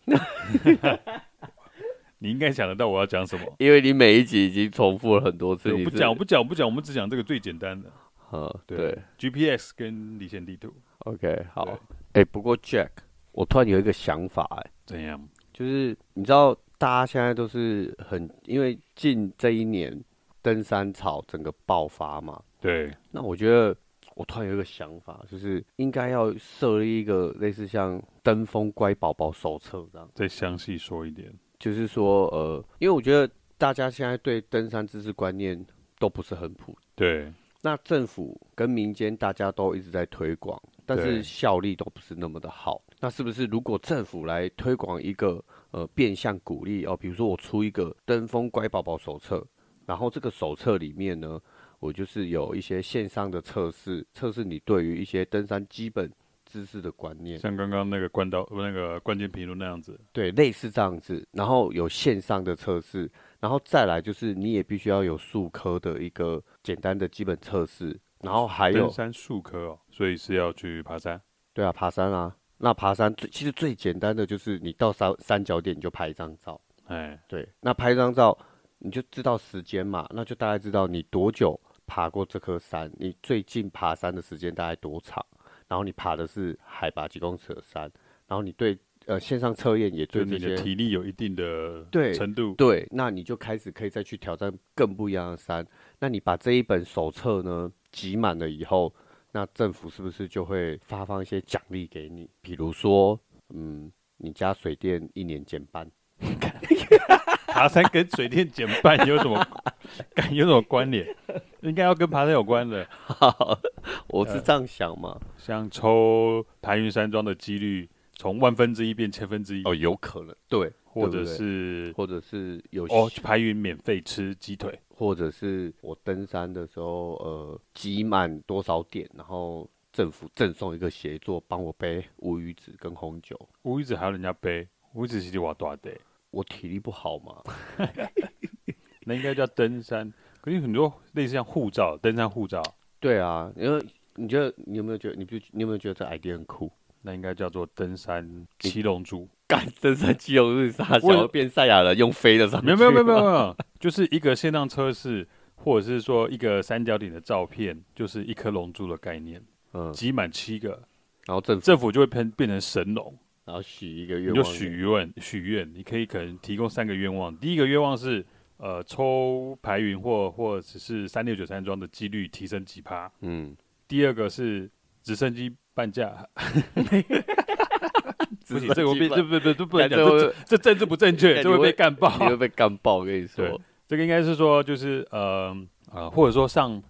B: 你应该想得到我要讲什么。
A: 因为你每一集已经重复了很多次，
B: 对我
A: 你
B: 不
A: 是
B: 讲，我不讲，我不讲，我们只讲这个最简单的。
A: 嗯，
B: 对
A: 对
B: g p x 跟离线地图
A: o k 好
B: 对。
A: 哎、不过 Jack，我突然有一个想法、哎，
B: 怎样？
A: 就是你知道大家现在都是很，因为近这一年登山潮整个爆发嘛，
B: 对，
A: 那我觉得我突然有一个想法，就是应该要设立一个类似像登峰乖宝宝手册这样。
B: 再详细说一点。
A: 就是说，呃，因为我觉得大家现在对登山知识观念都不是很普，
B: 对，
A: 那政府跟民间大家都一直在推广，但
B: 对
A: 是效力都不是那么的好。那是不是如果政府来推广一个呃变相鼓励哦，比如说我出一个登峰乖宝宝手册，然后这个手册里面呢，我就是有一些线上的测试，测试你对于一些登山基本知识的观念。
B: 像刚刚那个关刀那个关键评论那样子，
A: 对，类似这样子，然后有线上的测试，然后再来就是你也必须要有数科的一个简单的基本测试，然后还
B: 登
A: 有
B: 山数科哦，所以是要去爬山。
A: 对啊，爬山啊，那爬山最其实最简单的就是你到山山脚点你就拍一张照，
B: 哎，
A: 对，那拍一张照你就知道时间嘛，那就大概知道你多久爬过这颗山，你最近爬山的时间大概多长，然后你爬的是海拔几公尺的山，然后你对呃线上测验也对
B: 就你
A: 这些
B: 的体力有一定的
A: 对
B: 程度，
A: 对，那你就开始可以再去挑战更不一样的山。那你把这一本手册呢集满了以后，那政府是不是就会发放一些奖励给你？比如说，嗯，你家水电一年减半，
B: 爬山跟水电减半 有什么干有什么关联？应该要跟爬山有关的，
A: 我
B: 呃
A: 是这样想嘛？
B: 像抽白云山庄的几率从万分之一变千分之一，
A: 哦，有可能，对，
B: 或
A: 对
B: 者
A: 不对
B: 是
A: 或者是有
B: 哦
A: 些
B: 白云免费吃鸡腿，
A: 或者是我登山的时候，呃，集满多少点，然后政府赠送一个协作，帮我背乌鱼子跟红酒。
B: 乌一直还要人家背，乌一直是瓦大的。
A: 我体力不好嘛，
B: 那应该叫登山。可是有很多类似像护照、登山护照，
A: 对啊，因为你觉得你有没有觉得你不你有没有觉得这 idea 很 酷？
B: 那应该叫做登山七龙 珠。
A: 干登山肌肉日杀
B: 我有
A: 小啊变赛亚人用飞的上去
B: 没有没有没 有没有没有，就是一个线上测试，或者是说一个三角点的照片，就是一颗龙珠的概念，
A: 嗯，
B: 集满七个，
A: 然后政府
B: 政府就会变变成神龙，
A: 然后许一个
B: 你
A: 愿
B: 就
A: 望，
B: 许愿许愿，你可以可能提供三个愿望，第一个愿望是。呃，抽排云或或者是三六九山庄的几率提升几趴，
A: 嗯，
B: 第二个是直升机半价， 不行，这个会被这不不不不能讲，
A: 感觉
B: 这
A: 会
B: 这政治不正确，
A: 感觉
B: 这会被
A: 会
B: 干爆。
A: 你会被干爆，我跟你
B: 对
A: 说。
B: 这个应该是说就是呃呃，或者说上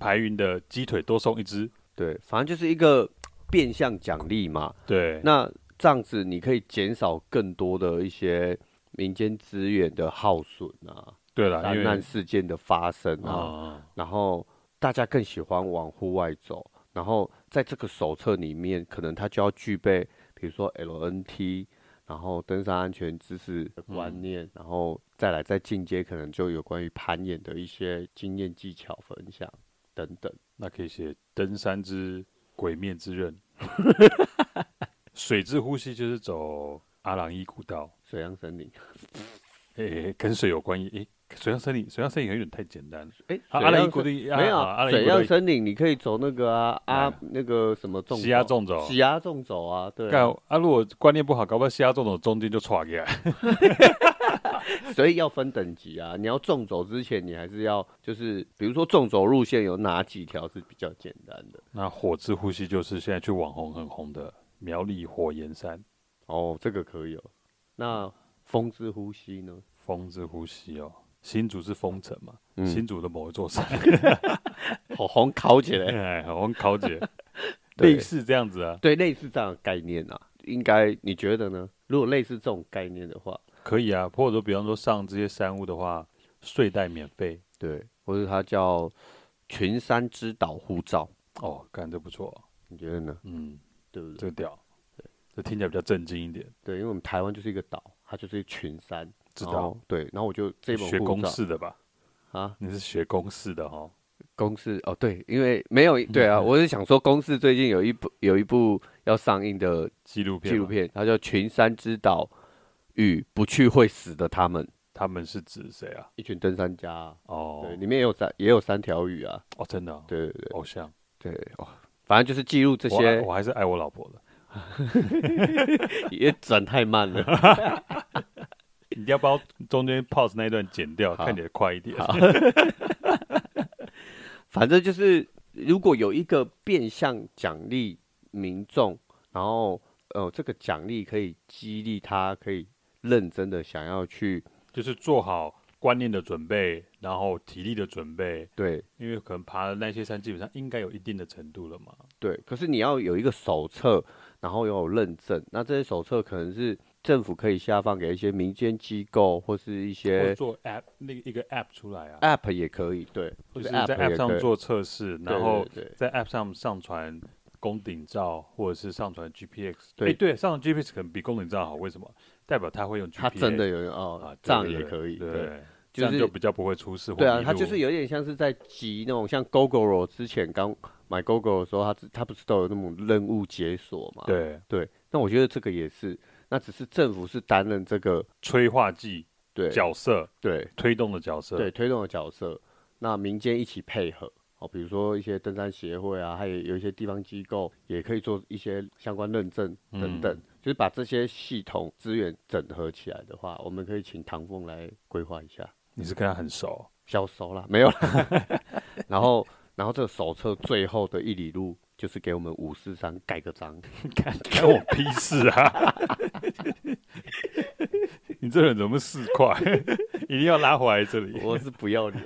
B: 排云的鸡腿多送一只，
A: 对，反正就是一个变相奖励嘛。
B: 对，
A: 那这样子你可以减少更多的一些民间资源的耗损啊，
B: 对了，
A: 灾
B: 因为
A: 难事件的发生
B: 啊
A: 啊，然后大家更喜欢往户外走，然后在这个手册里面，可能它就要具备，比如说 LNT。然后登山安全知识的观念，
B: 嗯
A: 然后再来再进阶，可能就有关于攀岩的一些经验技巧分享等等。
B: 那可以写登山之鬼面 之刃，水之呼吸就是走阿朗伊古道，
A: 水漾森林，
B: 诶、跟水有关系，诶、水上森林，水上森林有点太简单了。
A: 哎、
B: 啊
A: 水
B: 阿朗
A: 漾
B: 伊古
A: 森
B: 的
A: 没有
B: 阿
A: 啊
B: 朗伊
A: 水
B: 古道
A: 漾森林，你可以走那个啊
B: 哪
A: 啊
B: 个
A: 那个什么纵
B: 西亚纵走
A: 西亚纵走啊，对
B: 干
A: 啊，
B: 啊！如果观念不好，搞不好下这种中间就岔开来。
A: 所以要分等级啊。你要纵走之前，你还是要就是比如说纵走路线有哪几条是比较简单的？
B: 那火之呼吸就是现在去网红很红的苗栗火焰山
A: 哦，这个可以哦。那风之呼吸呢？
B: 风之呼吸哦，新竹是风城嘛，
A: 嗯
B: 新竹的某一座 山，
A: 好哦红烤起来，
B: 哎，红考姐，
A: 对
B: 类似这样子啊，
A: 对，类似这样的概念啊，应该你觉得呢？如果类似这种概念的话，
B: 可以啊，或者说比方说上这些山屋的话，睡袋免费
A: 对，或者它叫群山之岛护照，
B: 哦，干这不错，
A: 你觉得呢？
B: 嗯，
A: 对不对？
B: 这个屌，这听起来比较震惊一点，
A: 对，因为我们台湾就是一个岛，它就是一群山，
B: 知
A: 然
B: 道
A: 后？对，然后我就这本
B: 学
A: 哦护
B: 公
A: 照
B: 式的吧？
A: 啊，
B: 你是学公式的哈？
A: 公式哦，对，因为没
B: 嗯
A: 有对啊，我是想说公式最近有一部有一部要上映的
B: 纪录片
A: 纪
B: 吗，
A: 录片，它叫《群山之岛与不去会死的他们》，
B: 他们是指谁啊？
A: 一群登山家啊、
B: 哦
A: 对，里面也有三也有三条鱼啊，
B: 哦，真的哦
A: 对对
B: 偶像，
A: 对对，哦，反正就是记录这
B: 我爱
A: 些，
B: 我还是爱我老婆的，
A: 也转太慢了，
B: 你要不要中间 pause 那一段剪掉，
A: 好
B: 看起来快一点？
A: 反正就是如果有一个变相奖励民众，然后呃，这个奖励可以激励他，可以认真的想要去
B: 就是做好观念的准备，然后体力的准备，
A: 对
B: 因为可能爬的那些山基本上应该有一定的程度了嘛。
A: 对，可是你要有一个手册，然后要有认证，那这些手册可能是政府可以下放给一些民间机构或是一
B: 或者
A: 些
B: 做 app 那个一个 app 出来啊，
A: App 也可以，对，就
B: 就
A: 是是
B: 在
A: app
B: app
A: 也
B: 上
A: 对
B: 做测试，
A: 对
B: 然后
A: 对对
B: 在 app 上上传宫顶照，或者是上传 GPX。
A: 对
B: 诶对，上传 GPX 可能比宫顶照好，为什么？代表他会用 GPX，
A: 他真的有人
B: 啊
A: 哦，，
B: 对
A: 这样
B: 对
A: 也
B: 对
A: 可以，
B: 对，
A: 对。
B: 这样
A: 就是
B: 就比较不会出事或迷
A: 对
B: 路。
A: 啊，它就是有点像是在集那种像 GoGoRo 之前刚买 GoGo 的时候，它只它不是都有那种任务解锁嘛？
B: 对
A: 对，那我觉得这个也是，那只是政府是担任这个
B: 催化剂
A: 对
B: 角色
A: 对
B: 推动的角色，
A: 对推动的角色，那民间一起配合哦，比如说一些登山协会啊，还有有一些地方机构也可以做一些相关认证等等，就是把这些系统资源整合起来的话，我们可以请唐凤来规划一下。
B: 你是跟他很熟，
A: 消收啦，没有啦。 然后，然后这个手册最后的一里路就是给我们五四三盖个 章，
B: 干干我屁事啊！ 你这人怎么四块？ 一定要拉回来这里。
A: 我是不要脸。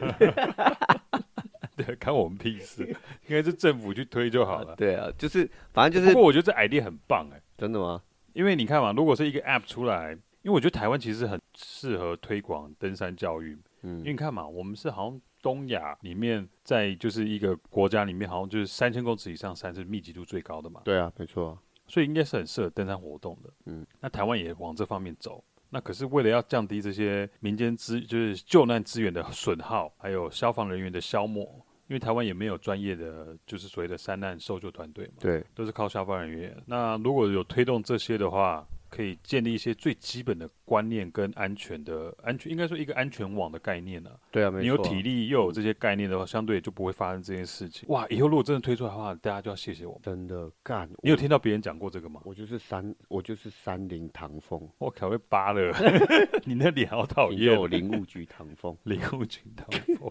B: 对，看我们屁事，应该是政府去推就好了。
A: 对啊，就是反正就
B: 不
A: 是
B: 过我觉得这 idea 很棒哎、
A: 真的吗？
B: 因为你看嘛，如果是一个 app 出来，因为我觉得台湾其实很适合推广登山教育，因为
A: 嗯，
B: 你看嘛，我们是好像东亚里面，在就是一个国家里面，好像就是三千公尺以上山是密集度最高的嘛，
A: 对啊，没错啊，
B: 所以应该是很适合登山活动的。
A: 嗯，
B: 那台湾也往这方面走。那可是为了要降低这些民间资，就是救难资源的损耗，还有消防人员的消磨，因为台湾也没有专业的，就是所谓的山难搜救团队嘛。
A: 对，
B: 都是靠消防人员。那如果有推动这些的话，可以建立一些最基本的观念跟安全的安全，应该说一个安全网的概念啊。
A: 对啊，没错啊。
B: 你有体力又有这些概念的话，相对就不会发生这件事情。哇，以后如果真的推出来的话，大家就要谢谢我们。
A: 真的干，
B: 你有听到别人讲过这个吗？
A: 我就是三，我就是三零唐风，
B: 我可能会 扒了，你那脸好讨
A: 你
B: 厌
A: 有。林务局唐风，
B: 林物群到我，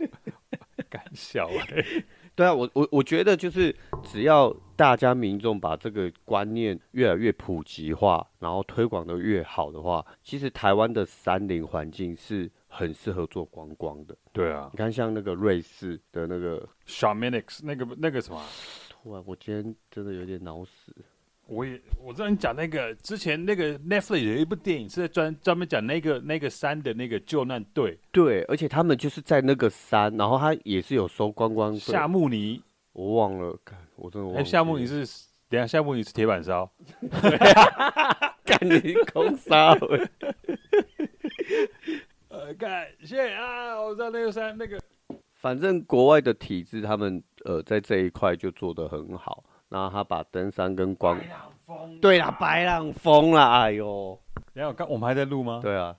B: 敢笑哎、
A: 对啊，我我我觉得就是只要大家民众把这个观念越来越普及化，然后推广的越好的话，其实台湾的山林环境是很适合做观光的。
B: 对啊
A: 你看，像那个瑞士的那个，
B: ，Shamanix 那个那个什么啊，
A: 突然我今天真的有点脑死。
B: 我也我知道你讲那个之前那个 Netflix 有一部电影是在专专门讲那个那个山的那个救难队
A: 对，而且他们就是在那个山，然后他也是有收观光费。
B: 夏目尼，
A: 我忘了，看我真的忘
B: 哎、
A: 了。
B: 夏目尼是等一下夏目尼是铁板烧，
A: 干你空杀我！
B: 呃，感谢啊，我知道那个山那个
A: 反正国外的体制，他们呃在这一块就做得很好，然后他把登山跟光，
B: 风，
A: 对啦，白浪风啦，哎呦，
B: 然后刚我们还在录吗？
A: 对啊，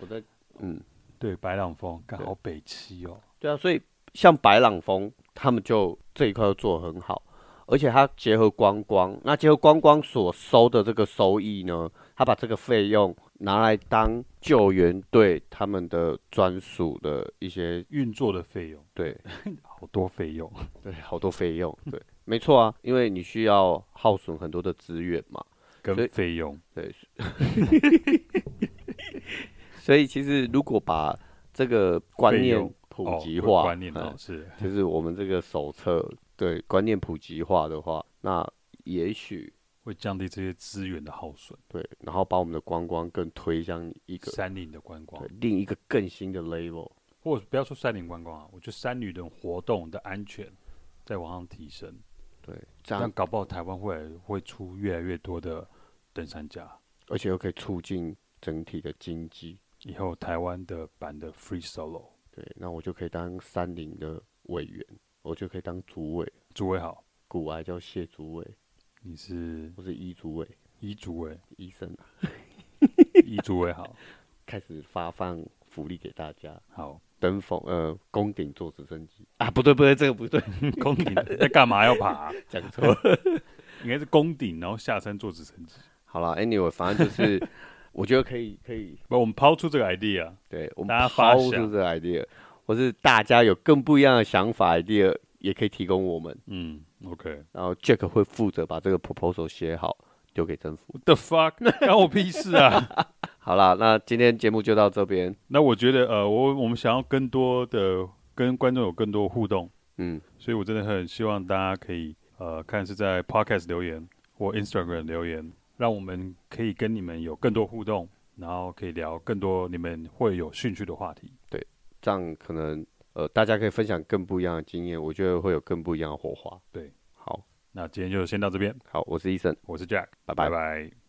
A: 我在，嗯，
B: 对，白朗峰，刚
A: 对
B: 好北七哦。
A: 对啊，所以像白朗峰，他们就这一块就做得很好，而且它结合观光，那结合观光所收的这个收益呢，他把这个费用拿来当救援队他们的专属的一些
B: 运作的费用
A: 对
B: 好多费用，
A: 对，好多费用，对，没错啊，因为你需要耗损很多的资源嘛，所
B: 跟
A: 以
B: 费用
A: 对，所以其实如果把这个观
B: 费
A: 念
B: 用
A: 普及
B: 哦
A: 化，
B: 观念
A: 嗯
B: 哦是
A: 就是我们这个手册对观念普及化的话，那也许
B: 会降低这些资源的耗损，
A: 对，然后把我们的观光更推向一个
B: 山林的观光
A: 对，另一个更新的 level。
B: 或者不要说山林观光啊，我觉得山旅的活动的安全在往上提升，
A: 对，这
B: 这样
A: 样，
B: 搞不好台湾会会出越来越多的登山家，
A: 而且又可以促进整体的经济。
B: 以后台湾的版的 free solo
A: 对，那我就可以当山林的委员，我就可以当主委。
B: 主委好，
A: 古癌叫谢主委，
B: 你是
A: 或是医主委，
B: 一主委，
A: 医生啊，
B: 一主委好，
A: 开始发放福利给大家。
B: 好，
A: 登峰呃，宫顶坐直升机啊，不对不对，这个不对，
B: 宫顶在干嘛要 爬、啊
A: 讲错了。
B: 应该是宫顶，然后下山坐直升机。
A: 好了，anyway，反正就是， 我觉得可以可以，
B: 不，我们抛出这个 idea，
A: 对我
B: 大家
A: 们
B: 发
A: 抛出
B: 想
A: 这个 idea，或是大家有更不一样的想法 idea，也可以提供我们。
B: 嗯，OK。
A: 然后 Jack 会负责把这个 proposal 写好，丢给政府。
B: What the fuck，关我屁事啊！
A: 好啦，那今天节目就到这边。
B: 那我觉得，呃，我我们想要更多的跟观众有更多互动，
A: 嗯，
B: 所以我真的很希望大家可以，呃，看是在 Podcast 留言或 Instagram 留言，让我们可以跟你们有更多互动，然后可以聊更多你们会有兴趣的话题。
A: 这样可能呃，大家可以分享更不一样的经验，我觉得会有更不一样的火花。
B: 对，
A: 好，
B: 那今天就先到这边，
A: 好，我是医生，
B: 我是 Jack，
A: 拜拜
B: 拜拜